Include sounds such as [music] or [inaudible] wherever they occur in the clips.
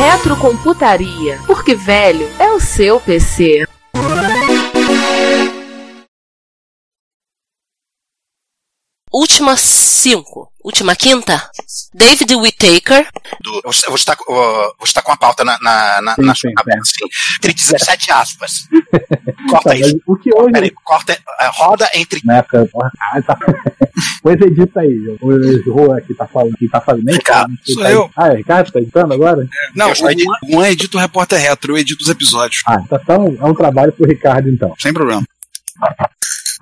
Retrocomputaria, porque velho é o seu PC. Última cinco. Última quinta. David Whittaker. do- eu vou estar, eu vou estar com a pauta na, na, na, Sim, na sim, sim. aberta, sim. Entre 17 [laughs] aspas. Corta Tá, mas isso. o que hoje, Peraí, corta, eh, roda entre. na época, porra, [laughs] ah, tá. pois edita aí, o Rua que tá falando, que tá fazendo. nem Ricardo, sabe, não sei sou se tá- eu. Ah, é, Ricardo, tá editando agora? Não, Eu edito. o Juan edita o Repórter Retro, eu edito os episódios, Ah, tá, tá um, é um trabalho pro Ricardo então. sem problema.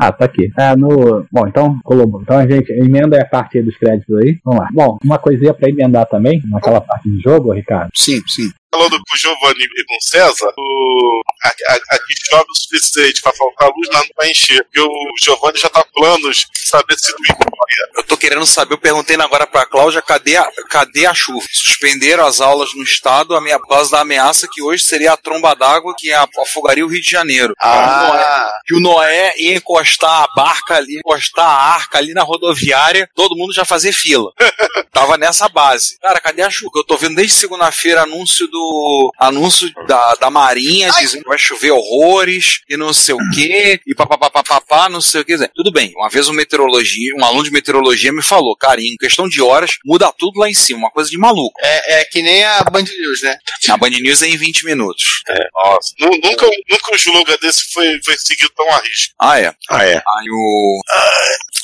Ah, tá aqui. Tá no. Bom, então, Colombo. Então a gente emenda a parte aí dos créditos aí. Vamos lá. Bom, uma coisinha pra emendar também, naquela parte do jogo, Ricardo. Sim, sim. Falando com o Giovanni e com o César, o... a- a- aqui chove o suficiente pra faltar luz, lá não vai encher. Porque o Giovanni já tá com planos de saber se do Iboia. Eu tô querendo saber, eu perguntei agora pra Cláudia, cadê a, cadê a chuva? Suspenderam as aulas no estado a minha base da ameaça que hoje seria a tromba d'água que é a- afogaria o Rio de Janeiro. Ah, Que o Noé ia encostar a barca ali, encostar a arca ali na rodoviária, todo mundo já fazer fila. [laughs] Tava nessa base. Cara, cadê a chuva? Eu tô vendo desde segunda-feira anúncio do. anúncio da, da Marinha dizendo que vai chover horrores e não sei o quê, e papapá, não sei o que. Tudo bem, uma vez um meteorologia, um aluno de meteorologia me falou, cara, em questão de horas, muda tudo lá em cima, uma coisa de maluco. É, é que nem a Band News, né? A Band News é em 20 minutos. Nossa. Nu- Nunca, nunca um jogo desse foi, foi seguido tão a risco. Ah, é. Ah, é. Aí o.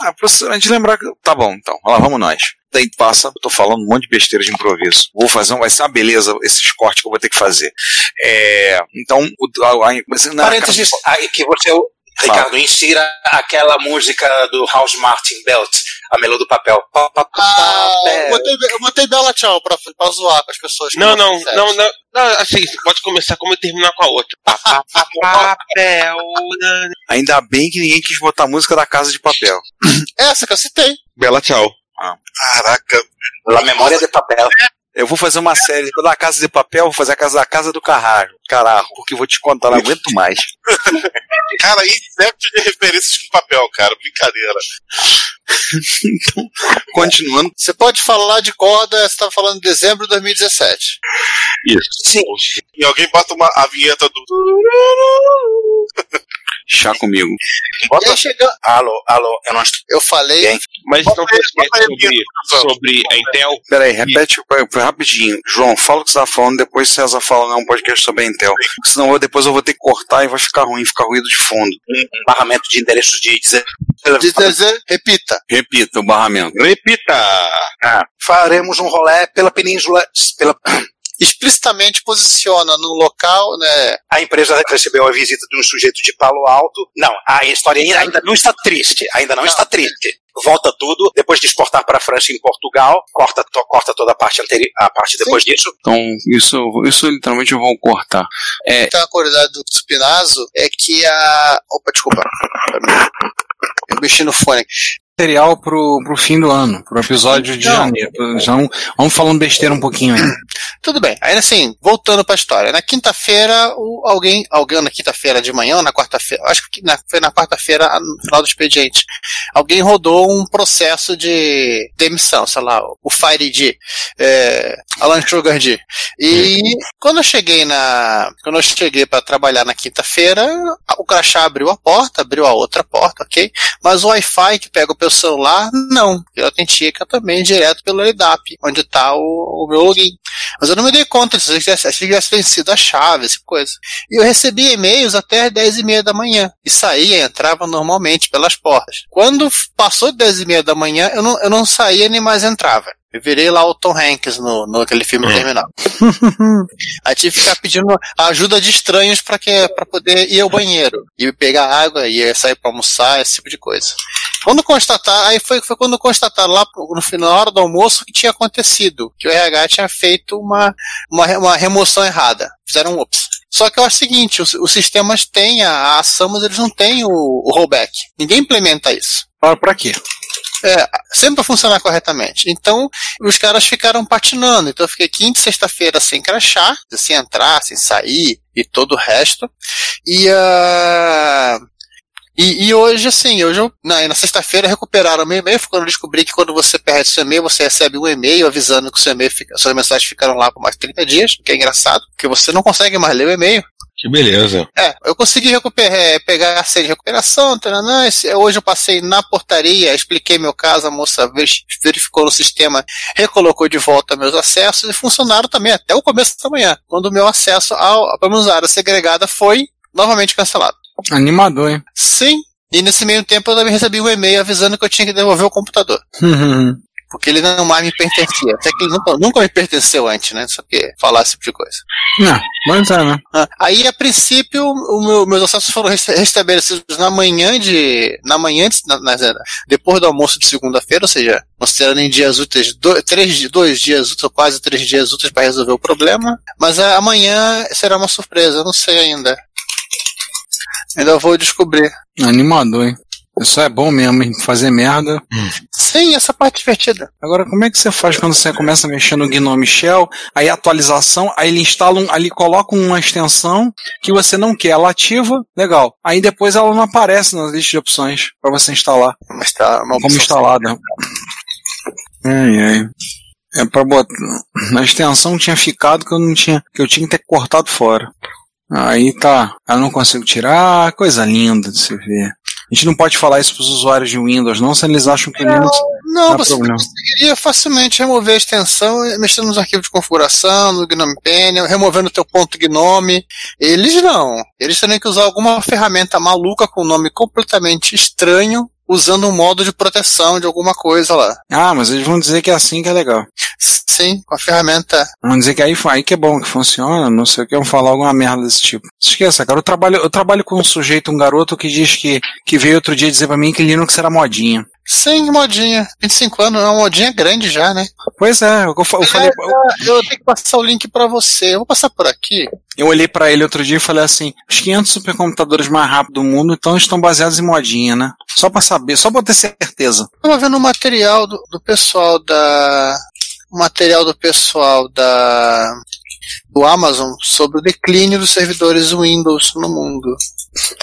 Ah, professor, a gente lembrar que. Tá bom, então. Lá vamos nós. Daí passa, eu tô falando um monte de besteira de improviso. Vou fazer, um- vai ser uma beleza esses cortes que eu vou ter que fazer. É, então, o, a, a, mas não, Parênteses, aí que você, Ricardo, insira aquela música do House Martin Belt, a melô do papel. Pa, pa, pa, Ah, papel. eu botei, eu botei Bela Tchau pra, pra zoar com as pessoas. que Não, não, não, não. Não, assim, você pode começar como e terminar com a outra. Pa, pa, pa, papel. ainda bem que ninguém quis botar a música da Casa de Papel. Essa que eu citei. Bela tchau. Caraca. La memória de papel. Eu vou fazer uma série da Casa de Papel, vou fazer a Casa da Casa do Carraro. Caralho, porque eu vou te contar, não aguento mais. Cara, incepto de referências com papel, cara. Brincadeira. Então, continuando. Você pode falar de corda, você tá falando de dezembro de 2017. Sim. E alguém bota uma, a vinheta do. Chá comigo. E aí chega... Alô, alô, eu não estou. Eu falei... Quem? Mas Bota não aí, bota aí, sobre, sobre a Intel. Peraí, repete pra- pra- rapidinho. João, fala o que você tá falando, depois César fala não, um podcast sobre a Intel. Senão eu, depois eu vou ter que cortar e vai ficar ruim, ficar ruído de fundo. Um barramento de endereços de. dizer- De dezembro, repita. Repita o barramento. Repita! Faremos um rolé pela península. Pela... Explicitamente posiciona no local, né? A empresa recebeu a visita de um sujeito de palo alto. Não, a história ainda não está triste. Ainda não, está triste. Volta tudo, depois de exportar para a França e em Portugal, corta, to- corta toda a parte anterior, a parte depois disso. Então, isso, isso literalmente eu vou cortar. Então a curiosidade do Spinazzo é que a... Opa, desculpa. Eu mexi no fone. material pro, pro fim do ano, pro episódio de janeiro. Já não- vamos falando besteira um pouquinho aí. Tudo bem. Aí assim, voltando pra história. Na quinta-feira, o- alguém, alguém na quinta-feira de manhã, ou na quarta-feira, acho que na- foi na quarta-feira, a- no final do expediente, alguém rodou um processo de demissão, sei lá, o Fire D, é, Alan Sugar D. E quando eu cheguei na, quando eu cheguei para trabalhar na quinta-feira, a- o crachá abriu a porta, abriu a outra porta, ok? Mas o Wi-Fi que pega o meu celular, não. Eu autentica também direto pelo LDAP, onde está o- o meu login. Mas eu não me dei conta disso. Eu tivesse- Achei que tivesse vencido a chave, essa coisa. E eu recebia e-mails até 10 e meia da manhã. E saía e entrava normalmente pelas portas. Quando f- passou de 10 e meia da manhã, eu não, eu não saía nem mais entrava. Eu virei lá o Tom Hanks no, no aquele filme Terminal. Aí tive que ficar pedindo ajuda de estranhos pra, que, pra poder ir ao banheiro. E pegar água, e sair pra almoçar, esse tipo de coisa. Quando constatar, aí foi, foi quando constataram lá no final, na hora do almoço, o que tinha acontecido. Que o RH tinha feito uma, uma, re- uma remoção errada. Fizeram um ops. Só que é o seguinte, os, os sistemas têm, a, a Samus, eles não têm o, o rollback. Ninguém implementa isso. Ah, pra quê? É, sempre pra funcionar corretamente. Então, os caras ficaram patinando. Então, eu fiquei quinta e sexta-feira sem crachar, sem entrar, sem sair e todo o resto. E, ah, e, e hoje, assim, hoje eu, na, na sexta-feira recuperaram meu e-mail, foi quando eu descobri que quando você perde seu e-mail, você recebe um e-mail avisando que seu e-mail fica, suas mensagens ficaram lá por mais 30 dias, o que é engraçado, porque você não consegue mais ler o e-mail. Que beleza. É, eu consegui recuperar, é, pegar a senha de recuperação, taranã, esse- hoje eu passei na portaria, expliquei meu caso, a moça ver- verificou no sistema, recolocou de volta meus acessos e funcionaram também até o começo da manhã, quando o meu acesso ao, pelo menos a área segregada foi novamente cancelado. Animador, hein? Sim, e nesse meio tempo eu também recebi um e-mail avisando que eu tinha que devolver o computador. Porque ele não mais me pertencia. Até que ele nunca, nunca me pertenceu antes, né? Só que falar esse tipo de coisa. Não, mas é, né? Ah, Aí, a princípio, o meu- meus acessos foram resta- restabelecidos na manhã de. Na manhã de, na- na- na- depois do almoço de segunda-feira, ou seja, considerando em dias úteis, do, três, di- dois dias úteis, ou quase três dias úteis para resolver o problema. Mas ah, amanhã será uma surpresa, eu não sei ainda. Ainda vou descobrir. Animador, hein? Isso é bom mesmo, hein? Fazer merda. Sim, essa parte divertida. Agora, como é que você faz quando você começa a mexer no Gnome Shell, aí atualização, aí ele instala um, ali coloca uma extensão que você não quer, ela ativa, legal. Aí depois ela não aparece na lista de opções pra você instalar. Mas tá Como instalada. né? Ai, ai. É pra botar. Na extensão tinha ficado que eu não tinha. que eu tinha que ter cortado fora. Aí tá. Eu não consigo tirar. Coisa linda de se ver. A gente não pode falar isso pros usuários de Windows, não, se eles acham que o Linux. Não, dá você problema. conseguiria é facilmente remover a extensão eh, mexendo nos arquivos de configuração, no Gnome Panel, removendo o teu ponto Gnome. Eles não. Eles teriam que usar alguma ferramenta maluca com um nome completamente estranho, usando um modo de proteção de alguma coisa lá. Ah, mas eles vão dizer que é assim que é legal. Sim, com a ferramenta. Vão dizer que aí, fa- aí que é bom, que funciona, não sei o que, vão falar alguma merda desse tipo. Esqueça, cara, eu trabalho, eu trabalho com um sujeito, um garoto que diz que, que veio outro dia dizer pra mim que Linux era modinha. Sem modinha. 25 anos é uma modinha grande já, né? Pois é, eu, fa- eu falei. Eu tenho que passar o link pra você. Eu vou passar por aqui. Eu olhei pra ele outro dia e falei assim: os 500 supercomputadores mais rápidos do mundo então estão baseados em modinha, né? Só pra saber, só pra ter certeza. Eu Tava vendo o material do, do pessoal da. O material do pessoal da. Do Amazon sobre o declínio dos servidores Windows no mundo.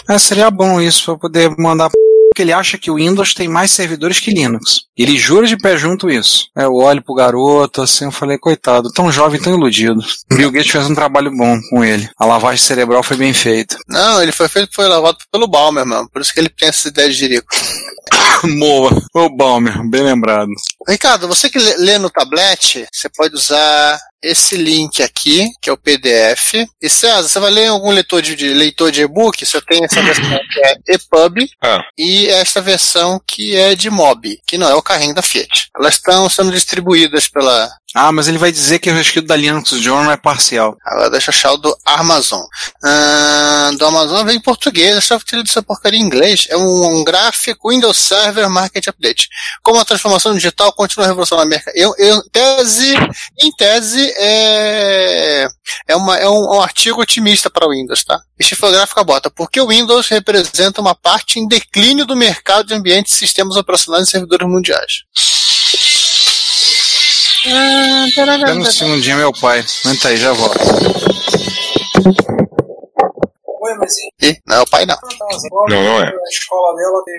É, seria bom isso pra eu poder mandar p... porque ele acha que o Windows tem mais servidores que Linux. Ele jura de pé junto isso. É, eu olho pro garoto assim, eu falei, coitado, tão jovem, tão iludido. Bill Gates fez um trabalho bom com ele. A lavagem cerebral foi bem feita. [laughs] Não, ele foi feito foi lavado pelo Balmer, mano. Por isso que ele tem essa ideia de jirico. Boa, ô Balmer, bem lembrado. Ricardo, você que lê lê no tablete, você pode usar esse link aqui, que é o PDF. E César, você vai ler em algum leitor de, de- leitor de e-book? Você tem essa versão que é EPUB e esta versão que é de MOB, que não é o carrinho da Fiat. Elas estão sendo distribuídas pela. Ah, mas ele vai dizer que o resquício da Linux Journal é parcial. Agora deixa eu achar o do Amazon. Ah, do Amazon vem em português, eu achava que ele dessa porcaria em inglês. É um, um gráfico Windows Server Market Update. Como a transformação digital continua a revolucionar o mercado. Eu, eu- tese, em tese, é, é, uma, é um, um artigo otimista para o Windows, tá? E chifrográfica bota, porque o Windows representa uma parte em declínio do mercado de ambientes, sistemas operacionais e servidores mundiais. Espera um segundinho, meu pai. Aguenta aí, já volto. Ih, não é o pai, não. Não, não é.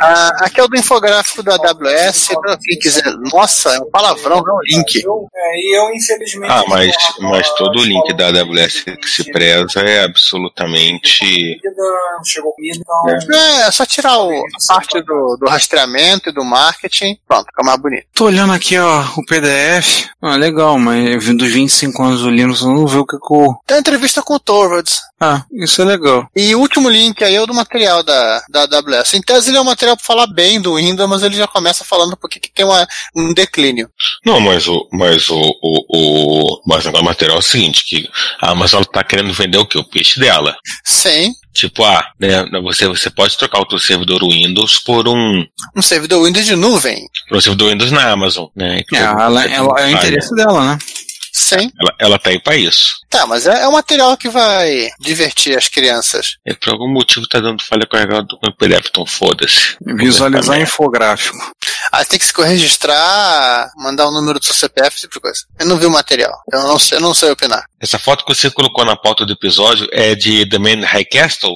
Ah, aqui é o do infográfico da AWS. Pra quem quiser. Nossa, é um palavrão, é um link. e eu, infelizmente. Ah, mas, mas todo o link da AWS que se preza é absolutamente. Chegou então- comida, É, é só tirar o, a parte do, do rastreamento e do marketing. Pronto, fica mais bonito. Tô olhando aqui, ó, o PDF. Ah, legal, mas dos 25 anos do Linux, eu não vi o que que o. Tem uma entrevista com o Torvalds. Ah, isso é legal. E, E o último link aí é o do material da, da AWS. Em tese ele é um material para falar bem do Windows, mas ele já começa falando porque que tem uma, um declínio. Não, mas o, mas o, o, o mas agora o material é o seguinte, que a Amazon tá querendo vender o quê? O peixe dela. Sim. Tipo, ah, né, você, você pode trocar o teu servidor Windows por um, Um servidor Windows de nuvem. por um servidor Windows na Amazon, né? É, Ah. ela- ela- é o interesse dela, né? Sim. Ela, ela tá aí pra isso. Tá, mas é, é um material que vai divertir as crianças. E por algum motivo tá dando falha carregada com o PDF, então foda-se. Visualizar infográfico. Ah, tem que se registrar, mandar o número do seu CPF, tipo coisa. Eu não vi o material. Eu não sei, eu não sei opinar. Essa foto que você colocou na pauta do episódio é de The Man in High Castle?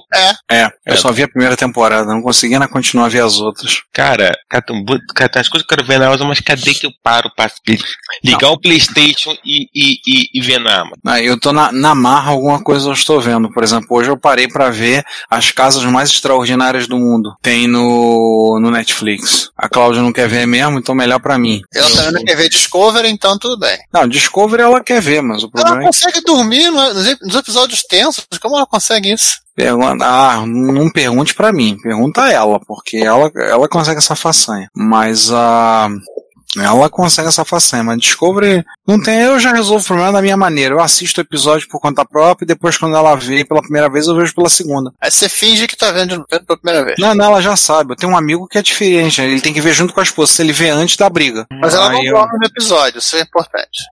É. É, eu só vi a primeira temporada, não consegui ainda continuar a ver as outras. Cara, cara, tem um bu- cara, tem as coisas que eu quero ver na Amazon, mas cadê que eu paro pra li- ligar o Playstation e, e, e, e ver na Amazon? Ah, eu tô na, na marra, alguma coisa eu estou vendo. Por exemplo, hoje eu parei pra ver as casas mais extraordinárias do mundo. Tem no, no Netflix. A Cláudia não quer ver mesmo, então melhor pra mim. Ela também não quer ver Discovery, então tudo bem. Não, Discovery ela quer ver, mas o Ela problema é que. consegue dormir no- nos ep- nos episódios tensos? Como ela consegue isso? Pergunta, ah, não pergunte pra mim, pergunta a ela, porque ela, ela consegue essa façanha. Mas a. ela consegue essa façanha, mas Discovery não tem. Eu já resolvo o problema da minha maneira. Eu assisto o episódio por conta própria e depois, quando ela vê pela primeira vez, eu vejo pela segunda. Aí você finge que tá vendo, vendo pela primeira vez. Não, não, ela já sabe. Eu tenho um amigo que é diferente. Ele tem que ver junto com a esposa. Se ele vê antes da briga. Mas ela não Aí Ah, eu- dorme no episódio, isso é importante.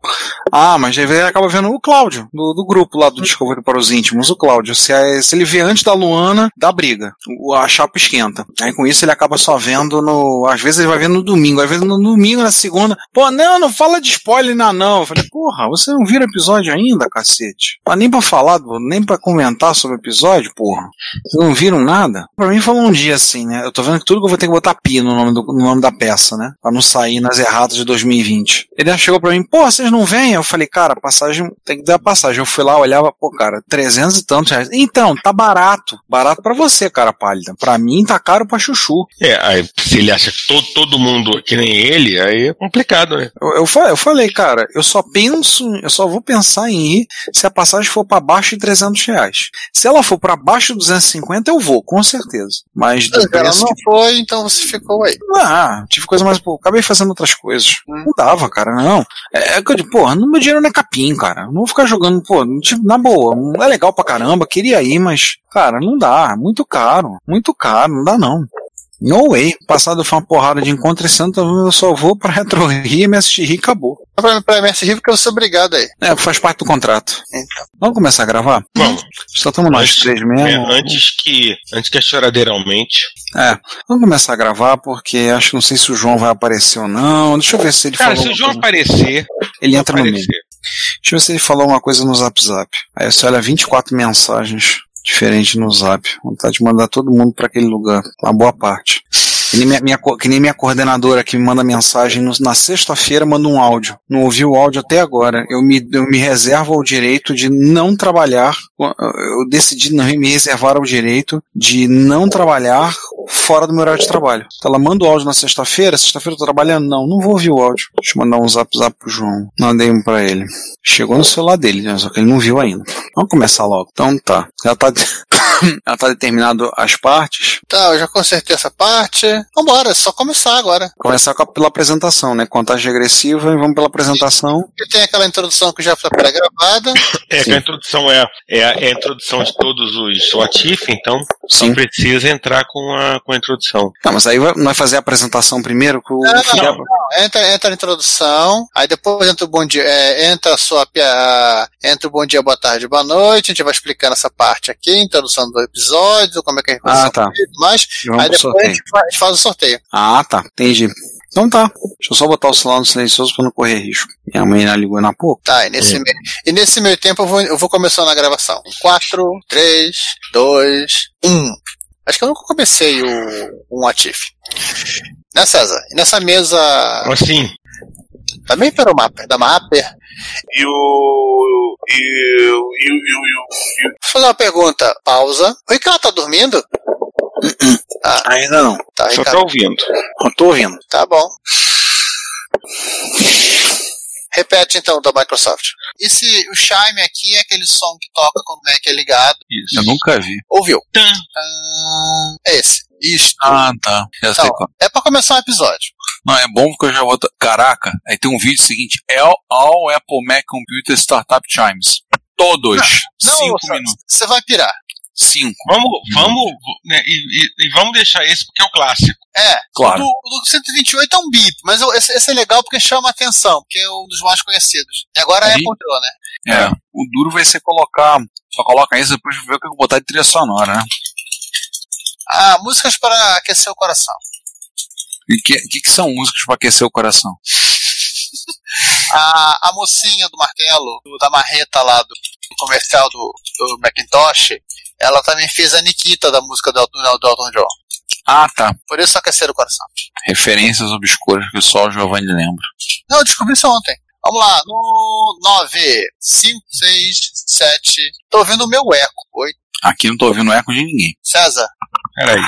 Ah, mas aí ele acaba vendo o Cláudio, do, do grupo lá do Discovery para os íntimos, o Cláudio. Se, é- se ele vê antes da Luana, dá briga. O- a chapa esquenta. Aí com isso ele acaba só vendo no. Às vezes ele vai vendo no domingo, às vezes no domingo, na segunda. Pô, não, não fala de spoiler, não, não. Eu falei, porra, você não vira episódio ainda, cacete? Mas nem pra falar, pô, nem pra comentar sobre o episódio, porra. Vocês não viram nada? Pra mim foi um dia assim, né? Eu tô vendo que tudo que eu vou ter que botar pi no nome, do, no nome da peça, né? Pra não sair nas erradas de 2020. Ele chegou pra mim, pô, vocês não vêm? Eu falei, cara, passagem, tem que dar passagem. Eu fui lá, olhava, pô, cara, 300 e tantos reais. Então, tá barato. Barato pra você, cara pálida. Pra mim tá caro pra chuchu. É, aí se ele acha que todo, todo mundo que nem ele, aí é complicado, né? Eu, eu, fa- eu falei, cara, eu só penso, eu só vou pensar em ir se a passagem for pra baixo de 300 reais. Se ela for pra baixo de 250, eu vou, com certeza. Mas do Mas ela preço não que foi, então você ficou aí. Ah, tive coisa mais. Pô, acabei fazendo outras coisas. Não dava, cara, não. É, é que eu digo, porra, no meu dinheiro não é capim, cara. Eu Não vou ficar jogando, pô, tipo, na boa. Não É legal pra caramba, queria ir, mas, cara, não dá. é Muito caro, muito caro, não dá não. No way. Passado foi uma porrada de encontro e santo, eu só vou pra Retro Rio, MSX Rio e acabou. Então, Pra, pra é MSI porque eu sou obrigado aí. É, faz parte do contrato. Então. Vamos começar a gravar? Vamos. Só estamos nós três mesmo. É, antes que antes que a choradeira aumente. É, vamos começar a gravar porque acho que não sei se o João vai aparecer ou não. Deixa eu ver se ele Cara, falou se o uma João coisa. aparecer, Ele entra no meio. aparecer. Deixa eu ver se ele falou uma coisa no Zap Zap. Aí você olha 24 mensagens diferentes no Zap. Vontade de mandar todo mundo para aquele lugar. Uma boa parte. Que nem minha, minha co- que nem minha coordenadora que me manda mensagem no- na sexta-feira, manda um áudio. Não ouvi o áudio até agora. Eu me, eu me reservo ao direito de não trabalhar. Eu decidi não me reservar ao direito de não trabalhar fora do meu horário de trabalho. Então ela manda o áudio na sexta-feira. Sexta-feira eu tô trabalhando? Não, não vou ouvir o áudio. Deixa eu mandar um zap zap pro João. Mandei um pra ele. Chegou no celular dele, né? só que ele não viu ainda. Vamos começar logo. Então tá. Já tá, [coughs] já tá determinado as partes. Tá, eu já consertei essa parte. Vambora, é só começar agora. Começar com a- pela apresentação, né? Contagem regressiva e vamos pela apresentação. E tem aquela introdução que já foi pré-gravada. É, que a introdução é, é, a, é a introdução de todos os Latif, então não precisa entrar com a, com a introdução. Tá, mas aí vai, não vai fazer a apresentação primeiro? Que é o, Não, não, não, não. Entra, entra a introdução, aí depois entra o bom dia, é, entra a sua pia- a- entra o bom dia, boa tarde, boa noite, a gente vai explicando essa parte aqui, introdução do episódio, como é que a gente vai Ah, tá. mais, E vamos aí depois a pro gente, sorteio. faz, a gente faz o sorteio. Ah, tá. Entendi. Então tá. Deixa eu só botar o celular no silencioso pra não correr risco. Minha mãe ainda ligou na pouco. Tá, e nesse, É. meio, e nesse meio tempo eu vou, eu vou começando a gravação. 4, 3, 2, 1. Acho que eu nunca comecei o, um Atif. Né, César? E nessa mesa. Assim. Também pelo mapa, é da Mapper. E o. E o. E o. E o. E o Vou fazer uma pergunta. Pausa. O Ricardo tá dormindo? Ainda não. Tá, Só Ricardo. tá ouvindo. Eu tô ouvindo. Tá bom. Repete então da Microsoft. Esse, o chime aqui é aquele som que toca quando é que é ligado. Isso. Eu nunca vi. Ouviu? Ah, é esse. Isto. Ah, tá. Já sei Então, qual. é pra começar o episódio. Não, é bom porque eu já vou. Caraca, aí tem um vídeo seguinte: All, all Apple Mac Computer Startup Chimes. Todos. Não, Cinco Santos, minutos. Você vai pirar. Cinco. Vamos, vamos, né, e, e- e vamos deixar esse porque é o clássico. É, Claro. o do, o do 128 é um bip, mas eu- esse, esse é legal porque chama a atenção, porque é um dos mais conhecidos. E agora é Aí- Apple deu, né? É. O duro vai ser colocar. Só coloca isso depois ver o que eu vou botar de trilha sonora, né? Ah, músicas para aquecer o coração. E o que, que, que são músicas pra aquecer o coração? A, a mocinha do martelo, do- da marreta lá do, do comercial do, do Macintosh, ela também fez a Nikita da música do, Elton- do Elton John. Ah, tá. Por isso aquecer o coração. Referências obscuras que só o Giovanni lembra. Não, eu descobri isso ontem. Vamos lá, no 9, 5, 6, 7. Tô ouvindo o meu eco. 8. Aqui não tô ouvindo eco de ninguém. César, Peraí.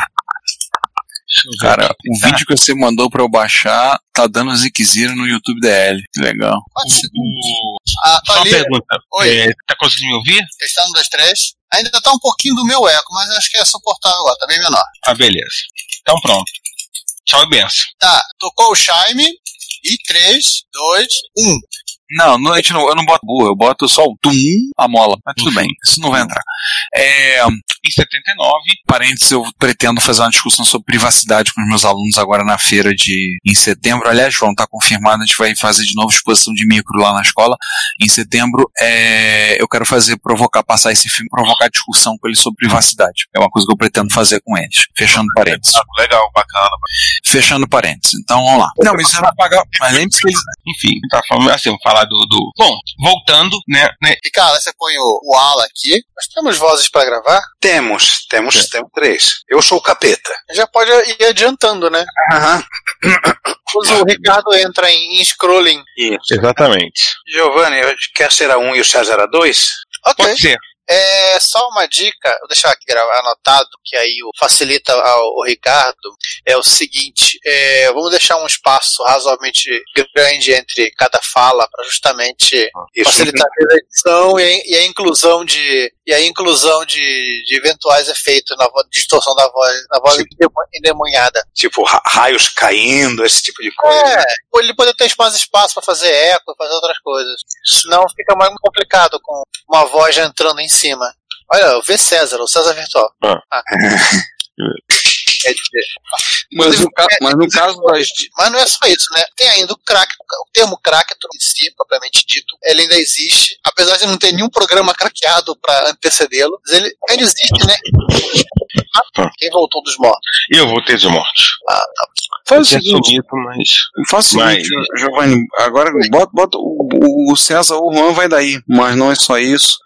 Cara, o Tá. vídeo que você mandou pra eu baixar tá dando ziquezira no YouTube DL. Que legal. O- Ah, Só uma ali. pergunta. Oi. É, tá conseguindo me ouvir? testando das três. Ainda tá um pouquinho do meu eco, mas acho que é suportável agora, tá bem menor. Ah, beleza. Então pronto. Tchau e benção. Tá, tocou o Shime. E um. 3, 2, 1. Não, não, a gente não eu não boto burro, eu boto só o tum, a mola. Mas tudo Uhum. bem, isso não vai entrar. É, Em 79, parênteses, eu pretendo fazer uma discussão sobre privacidade com os meus alunos agora na feira de em setembro. Aliás, João, tá confirmado, a gente vai fazer de novo exposição de micro lá na escola. Em setembro, é, eu quero fazer, provocar, passar esse filme, provocar discussão com eles sobre privacidade. É uma coisa que eu pretendo fazer com eles. Fechando parênteses. Legal, bacana. Fechando parênteses. Então vamos lá. Não, mas isso era pagar. Mas lembre-se que eles. enfim, tá falando assim, vamos falar do, do. Bom, voltando, né? né E cara, você põe o, o ala aqui. Nós temos vozes pra gravar? Temos, temos, É. temos três. Eu sou o capeta. Já pode ir adiantando, né? Aham. Depois o Ricardo entra em, em scrolling. Exatamente. Giovanni, quer ser a um e o César a dois? Ok. Pode ser. É só uma dica, vou deixar aqui gra- anotado, que aí o- facilita ao, ao Ricardo, é o seguinte, é, vamos deixar um espaço razoavelmente grande entre cada fala para justamente Isso. [laughs] facilitar a edição e, a- e a inclusão de e a inclusão de, de eventuais efeitos na vo- distorção da voz, na voz endemo- endemonhada. Tipo, ra- raios caindo, esse tipo de coisa. É, ele poder ter mais espaço para fazer eco, fazer outras coisas. Senão fica mais complicado com uma voz entrando em cima. Olha, o V César, o César Virtual. Ah. Ah. É Quer dizer, Mas no, ca- mas no caso das. mas não é só isso, né? Tem ainda o crack, o termo crack em si, propriamente dito, ele ainda existe, apesar de não ter nenhum programa craqueado para antecedê-lo, mas ele ainda existe, né? Ah, quem voltou dos mortos? Eu voltei dos mortos. Ah, tá. Faz o Tinha seguinte. sumido, mas. Faz o seguinte, Mas- Giovanni, agora bota, bota o, o- o César ou o Juan vai daí, mas não é só isso.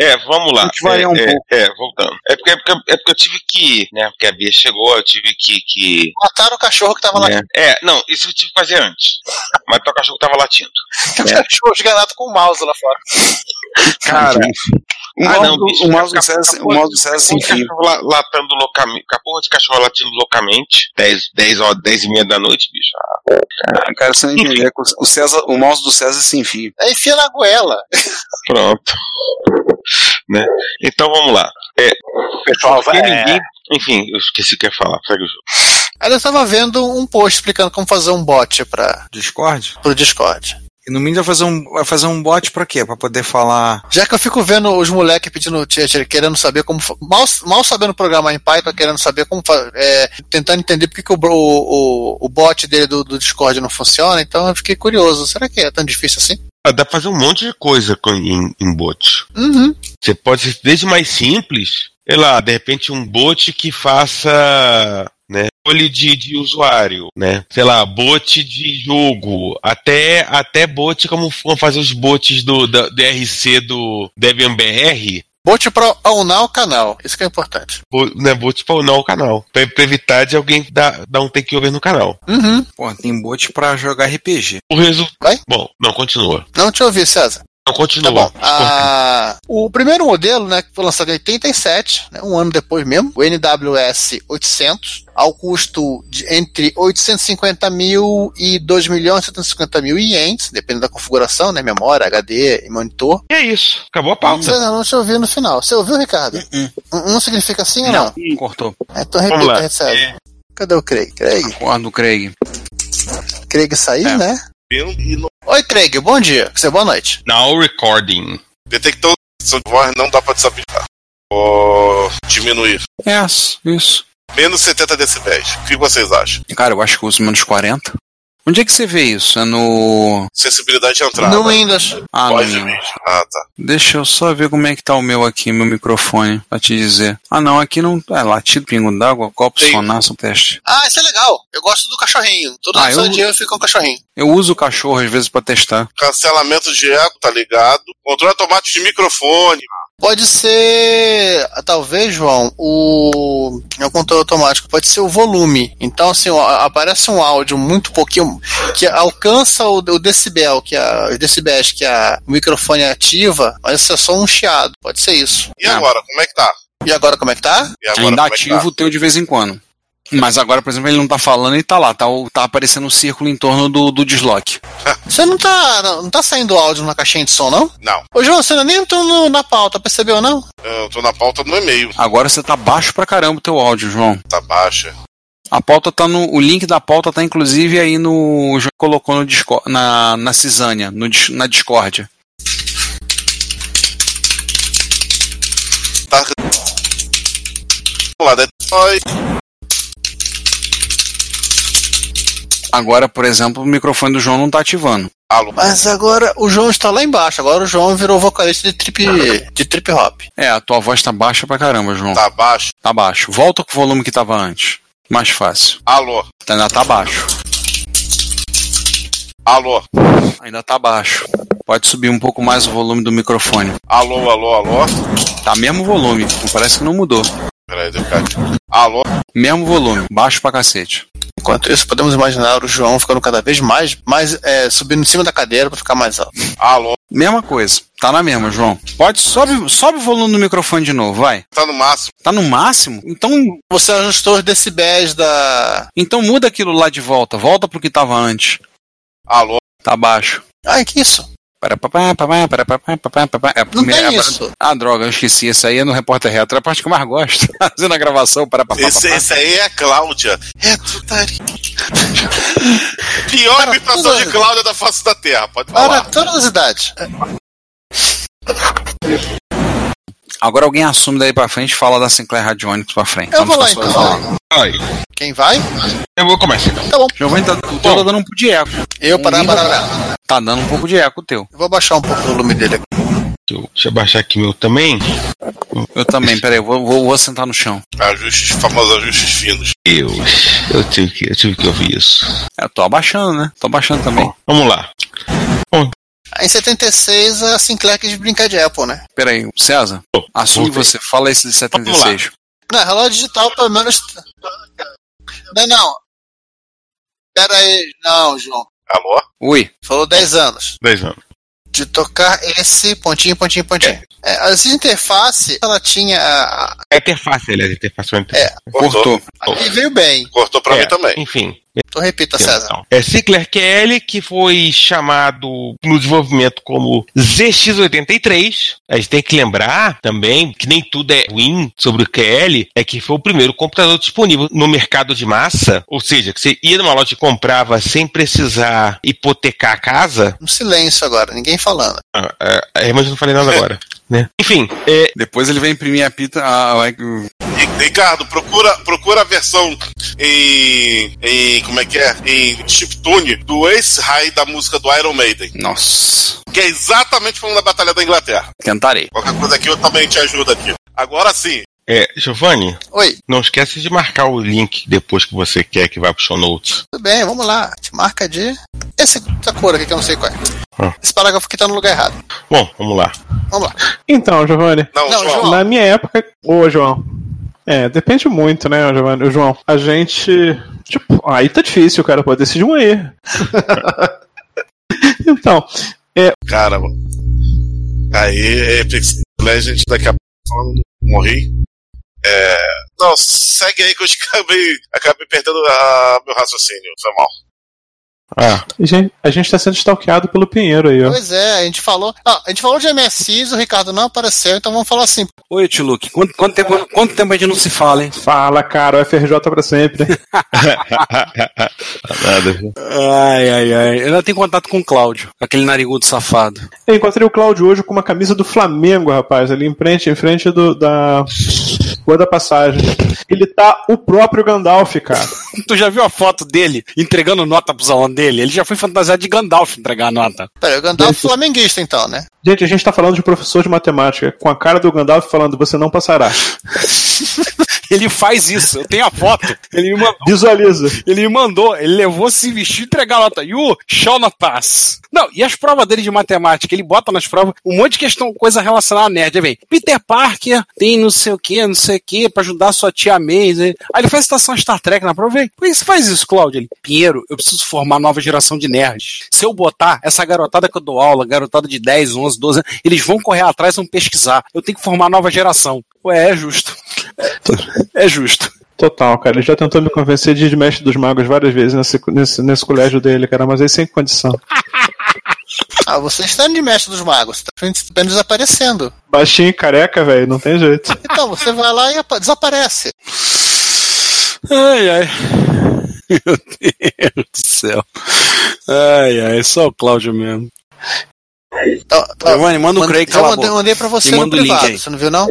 É, vamos lá. Tem que variar é, um é, pouco. é, voltando. É porque, é, porque, é porque eu tive que. Né, porque a Bia chegou, eu tive que. que Mataram o cachorro que tava né. latindo. É, não, isso eu tive que fazer antes. Mas o cachorro tava latindo. O um cachorro esganado com o mouse lá fora. Cara, o Ah, mouse, não, do- bicho, o vai mouse do ficar- César, o mouse do César é é sem Um fio. cachorro la- latando loucamente. Com a porra de cachorro latindo loucamente. 10, 10 horas, 10 e meia da noite, bicho. Ah, Ah, Cara, você não entender que o, César, o mouse do César é sem fio. Aí enfia na goela. pronto. Né? Então vamos lá. Pessoal, vai. Porque ninguém- Enfim, eu esqueci o que eu ia falar. Segue o jogo. Aí eu tava vendo um post explicando como fazer um bot pra, Discord? pro Discord. E no mínimo vai fazer um, vai fazer um bot pra quê? Pra poder falar. Já que eu fico vendo os moleques pedindo teacher, querendo saber como. fa- Mal, mal sabendo programar em Python, querendo saber como. fa- É, tentando entender por que, que o, bro- o, o, o bot dele do, do Discord não funciona, então eu fiquei curioso. Será que é tão difícil assim? Ah, Dá pra fazer um monte de coisa com, em, em bot. Uhum. Você pode ser desde mais simples, sei lá, de repente um bot que faça, né, controle de, de usuário, né, sei lá, bot de jogo, até até bot como vão fazer os bots do da, DRC do Debian BR, Bot pra aunar o canal, isso que é importante. bo- né, bot pra não o canal, pra, pra evitar de alguém dar, dar um takeover no canal. Uhum. Pô, tem bot pra jogar RPG. O resultado, Vai? bom, não continua. Não te ouvi, César. Então continua. Tá Ah, o primeiro modelo, né, que foi lançado em 87, né, um ano depois mesmo, o NWS 800, ao custo de entre 850 mil e 2 milhões e 750 mil ienes, dependendo da configuração, né, memória, HD e monitor. E é isso, acabou a pauta. Não, não te ouvi no final. Você ouviu, Ricardo? Não, não significa assim ou não? Cortou. Então repita, recebe. É, Cadê o Craig? Craig. Acordo, Craig. Craig saiu, né? Oi, Craig, bom dia. Você boa noite. Now recording. Detectou som de voz, não dá pra desabilitar. Ou diminuir. Yes, É, isso. Menos 70 decibéis. O que vocês acham? Cara, eu acho que eu uso menos 40. Onde é que você vê isso? É no. Sensibilidade de entrada. No Windows. Ah, no Windows. Ah, tá. Deixa eu só ver como é que tá o meu aqui, meu microfone, pra te dizer. Ah, não, aqui não. É latido, pingo d'água, copo, sonar, são teste. Ah, isso é legal. Eu gosto do cachorrinho. Todo Ah, santo eu- dia eu fico com o cachorrinho. Eu uso o cachorro às vezes pra testar. Cancelamento de eco, tá ligado? Controle automático de microfone. Pode ser, talvez, João, o. É um controle automático, pode ser o volume. Então, assim, ó, aparece um áudio muito pouquinho que alcança o, o decibel, que a, os decibéis que a, o microfone ativa, mas isso é só um chiado. Pode ser isso. E agora, como é que tá? E agora como é que tá? Ainda ativo o teu de vez em quando. Mas agora, por exemplo, ele não tá falando e tá lá, tá, o- tá aparecendo um círculo em torno do, do desloque. Você não tá, não, não tá saindo áudio na caixinha de som, não? Não. Ô, João, você não nem entrou no- na pauta, percebeu, não? Eu tô na pauta no e-mail. Agora você tá baixo pra caramba o teu áudio, João. Tá baixa. A pauta tá no. O link da pauta tá inclusive aí no. O João colocou no Discord, na, na Cisânia, no, dis- na Discord. Tá. Lá dentro. Oi. Agora, por exemplo, o microfone do João não tá ativando. Mas agora o João está lá embaixo, agora o João virou vocalista de trip, de trip hop. É, a tua voz tá baixa pra caramba, João. Tá baixo. Tá baixo. Volta com o volume que tava antes. Mais fácil. Alô. Ainda tá baixo. Alô. Ainda tá baixo. Pode subir um pouco mais o volume do microfone. Alô, alô, alô. Tá mesmo volume. Parece que não mudou. Peraí, deu ficar ativo. Alô. Mesmo volume. Baixo pra cacete. Enquanto isso, podemos imaginar o João ficando cada vez mais, mais é, subindo em cima da cadeira para ficar mais alto. Alô. Mesma coisa. Tá na mesma, João. Pode, sobe, sobe o volume do microfone de novo, vai. Tá no máximo. Tá no máximo? Então. Você ajustou os decibéis da. Então muda aquilo lá de volta. Volta pro que tava antes. Alô? Tá baixo. Ai, que isso? Para, papá, papá, para, papá, papá, papá. É a primeira- tem isso. Ah, droga, eu esqueci. Isso aí é no Repórter Retro. É a parte que eu mais gosto. [laughs] Fazendo a gravação, para, papá. Esse, esse aí é Cláudia. É, tu tá... Pior imitação de Cláudia da face da Terra. Pode falar. Para todas as idades. Agora alguém assume daí pra frente e fala da Sinclair Radionics pra frente. Eu vou lá, ficar só então. falando. Quem vai? Eu vou começar então. Tá bom. Giovanni, tá, o teu tá dando um pouco de eco. Eu, para, para, Tá dando um pouco de eco o teu. Eu vou baixar um pouco o volume dele aqui. Deixa eu baixar aqui meu também. Eu também, peraí, eu vou, vou, vou sentar no chão. Ajustes, famosos ajustes finos. Deus, eu tive que, eu tive que ouvir isso. Eu tô abaixando, né? Tô abaixando também. vamos lá. Em 76, a Sinclair quis brincar de Apple, né? Peraí, César, assume você, fala esse de 76. Não, é relógio digital pelo menos. Não, não. Pera aí, não, João. Alô? Ui. Falou 10 anos. 10 anos. de tocar esse pontinho, pontinho, pontinho. É. essa interface, ela tinha. a- a- É interface, aliás, interface é interface. Cortou. É. E veio bem. Cortou pra mim também. Enfim. Então repita, César. É Sinclair QL, que foi chamado no desenvolvimento como ZX83. A gente tem que lembrar também que nem tudo é ruim sobre o QL, é que foi o primeiro computador disponível no mercado de massa. Ou seja, que você ia numa loja e comprava sem precisar hipotecar a casa. Um silêncio agora, ninguém falando. Ah, ah, ah, mas eu não falei nada agora. né? Enfim, é, Depois ele vai imprimir a pita. a- a- o- Ricardo, procura, procura a versão em, em. Como é que é? Em chip tune do Ace High da música do Iron Maiden. Nossa. Que é exatamente falando da Batalha da Inglaterra. Tentarei. Qualquer coisa aqui eu também te ajudo aqui. Agora sim. é, Giovanni, Oi, não esquece de marcar o link depois que você quer que vá pro show notes. tudo bem, vamos lá. Te marca de. Esse, essa cor aqui que eu não sei qual é. Ah. Esse parágrafo aqui tá no lugar errado. Bom, vamos lá. Vamos lá. Então, Giovanni. Não, João. é Na minha época. Ô, João. É, depende muito, né, Giovanni? Ô, João, a gente. Tipo, aí tá difícil, cara. [laughs] Pô, decide um aí. então. É, Cara, Aí, Apex Legends, daqui a pouco tá falando, morri. É... Não, segue aí que eu acabei, acabei perdendo a, meu raciocínio, foi mal. Ah. Gente, a gente tá sendo stalkeado pelo Pinheiro aí, ó. Pois é, a gente falou. Ah, a gente falou de MSIs, o Ricardo não apareceu, então vamos falar assim. Oi, tio Luke, quanto, quanto tempo, quanto tempo a gente não se fala, hein? Fala, cara, o FRJ pra sempre. ai, ai, ai. Eu ainda tenho contato com o Cláudio, aquele narigudo safado. Eu encontrei o Cláudio hoje com uma camisa do Flamengo, rapaz, ali em frente, em frente do, da Rua da Passagem. Ele tá o próprio Gandalf, cara. tu já viu a foto dele entregando nota pros alunos dele? Ele já foi fantasiado de Gandalf entregar a nota. Peraí, o Gandalf é flamenguista então, né? Gente, a gente tá falando de professor de matemática, com a cara do Gandalf falando, você não passará. ele faz isso, eu tenho a foto. Ele me mandou. Visualiza. Ele me mandou, ele levou se vestir e entregar a nota. You shall not pass. Não, e as provas dele de matemática? Ele bota nas provas um monte de questão, coisa relacionada a nerd. Aí vem, Peter Parker tem não sei o que, não sei o que, pra ajudar sua tia May. né? Aí ele faz citação a Star Trek na prova. Vem, por que você faz isso, Cláudio? Ele, Pinheiro, eu preciso formar a nova geração de nerds. Se eu botar essa garotada que eu dou aula, garotada de 10, 11, 12 anos, eles vão correr atrás, vão pesquisar. Eu tenho que formar a nova geração. Ué, é justo. É justo. Total, cara. Ele já tentou me convencer de ir de mestre dos magos várias vezes nesse, nesse, nesse colégio dele, cara, mas aí sem condição. Ah, você está indo de mestre dos magos, tá tá desaparecendo. Baixinho e careca, velho, não tem jeito. Então, você vai lá e apa- desaparece. Ai, [laughs] ai. Meu Deus do céu. Ai, ai, só o Cláudio mesmo. Então, Giovanni, Tá. manda o Craig Eu calar a mandei, boca. mandei pra você Me no manda o link privado, aí. você não viu não?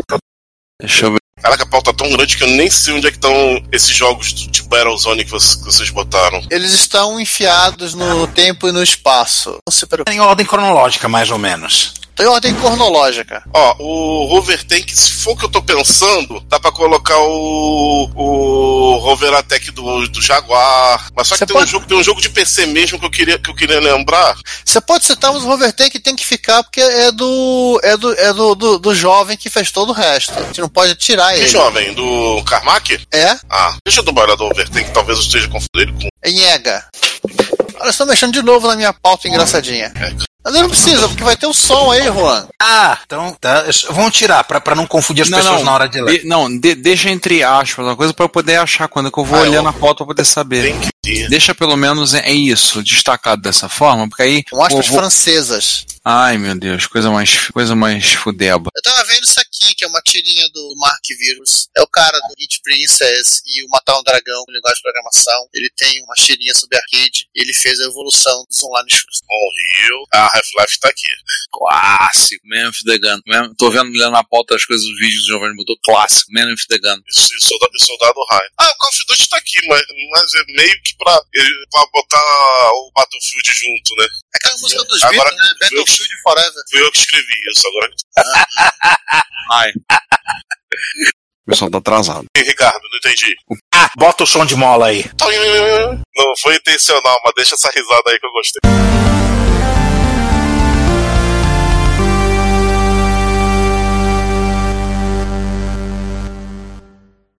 Deixa eu ver. Caraca, a pauta é tão grande que eu nem sei onde é que estão esses jogos de Battlezone que vocês, que vocês botaram. Eles estão enfiados no tempo e no espaço. Não se preocupe. Em ordem cronológica, mais ou menos. Tem ordem cronológica. Ó, o rover tank, se for o que eu tô pensando, dá pra colocar o, o rover attack do, do Jaguar. Mas só que tem, um jogo, tem um jogo de PC mesmo que eu queria, que eu queria lembrar. Você pode citar os Rovertake que tem que ficar porque é do é do, é do, do, do jovem que fez todo o resto. A gente não pode tirar Que É ele. jovem? Do Carmack? É? Ah, deixa eu dar uma olhada no rover tank, talvez eu esteja confundindo ele com... É Nhega. Olha, estou mexendo de novo na minha pauta engraçadinha. É. Mas não precisa, porque vai ter o som aí, Juan. Ah, então tá. Vão tirar, pra, pra não confundir as pessoas na hora de ler. de- não de- deixa entre aspas uma coisa pra eu poder achar quando é que eu vou Ah, olhar eu- na foto pra poder saber. Deixa pelo menos é é isso, destacado dessa forma, porque aí. Com aspas eu vou- francesas. Ai meu Deus, coisa mais, coisa mais fudeba. Eu tava vendo isso aqui, que é uma tirinha do Mark Virus. É o cara do Hit Princess e o Matar um Dragão com linguagem de programação. Ele tem uma tirinha sobre arcade e ele fez a evolução dos online shooters. Morreu. Ah, Half-Life tá aqui. Clássico, Man of the Gun. Man- tô vendo olhando na pauta as coisas, os vídeos do Giovanni botou clássico, Man of the Gun. Isso, soldado, soldado Ryan. Ah, o Call of Duty tá aqui, mas, mas é meio que pra, eh, pra botar o Battlefield junto, né? É aquela música dos Agora- Beatles, né? Battlefield Forever. Fui eu que escrevi isso, agora Ai. O pessoal tá atrasado. Ei, Ricardo, não entendi. Ah, bota o som de mola aí. Não foi intencional, mas deixa essa risada aí que eu gostei.